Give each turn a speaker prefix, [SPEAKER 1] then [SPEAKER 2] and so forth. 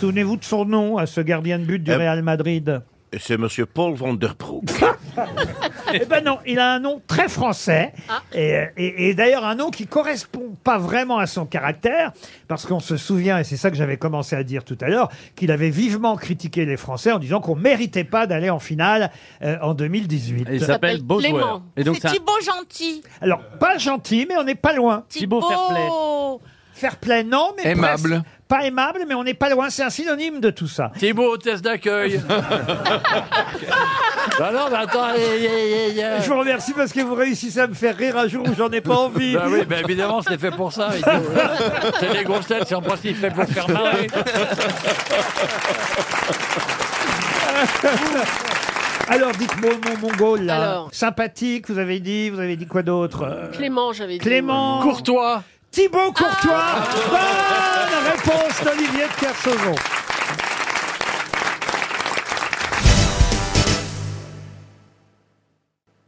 [SPEAKER 1] Souvenez-vous de son nom à ce gardien de but du
[SPEAKER 2] Ah.
[SPEAKER 3] Euh,
[SPEAKER 1] Real Madrid
[SPEAKER 3] C'est Monsieur Paul Van Der Broek.
[SPEAKER 2] Ah.
[SPEAKER 1] Eh ben non, il a un nom très français. Et, euh, et- et d'ailleurs, un nom qui correspond pas vraiment à son caractère. Parce qu'on se souvient, et c'est ça que j'avais commencé à dire tout à l'heure, qu'il avait vivement critiqué les Français en disant qu'on méritait pas d'aller en finale euh, en 2018.
[SPEAKER 4] Il s'appelle Beau Joueur. Et donc, c'est
[SPEAKER 5] c'est
[SPEAKER 4] un-
[SPEAKER 5] Thibaut Gentil.
[SPEAKER 1] Alors, pas gentil, mais on n'est pas loin.
[SPEAKER 4] Thibaut Fairplay.
[SPEAKER 1] Fair play, non, mais.
[SPEAKER 2] Aimable.
[SPEAKER 1] presque. Pas aimable, mais on n'est pas loin. C'est un synonyme de tout ça.
[SPEAKER 2] Thibaut, hôtesse d'accueil. Bah non, non, mais attends. eh, eh, eh, eh.
[SPEAKER 1] Je vous remercie parce que vous réussissez à me faire rire un jour où j'en ai pas envie.
[SPEAKER 2] Bah oui, bah évidemment, c'est fait pour ça. idiot. C'est des grosses têtes, c'est en principe fait pour faire marrer.
[SPEAKER 1] Alors, dites-moi mon mongol, là.
[SPEAKER 5] Alors.
[SPEAKER 1] Sympathique, vous avez dit, vous avez dit quoi d'autre Euh,
[SPEAKER 5] Clément, j'avais dit.
[SPEAKER 1] Clément.
[SPEAKER 2] Courtois.
[SPEAKER 1] Thibaut Courtois. Bonne réponse d'Olivier de Kersauzon.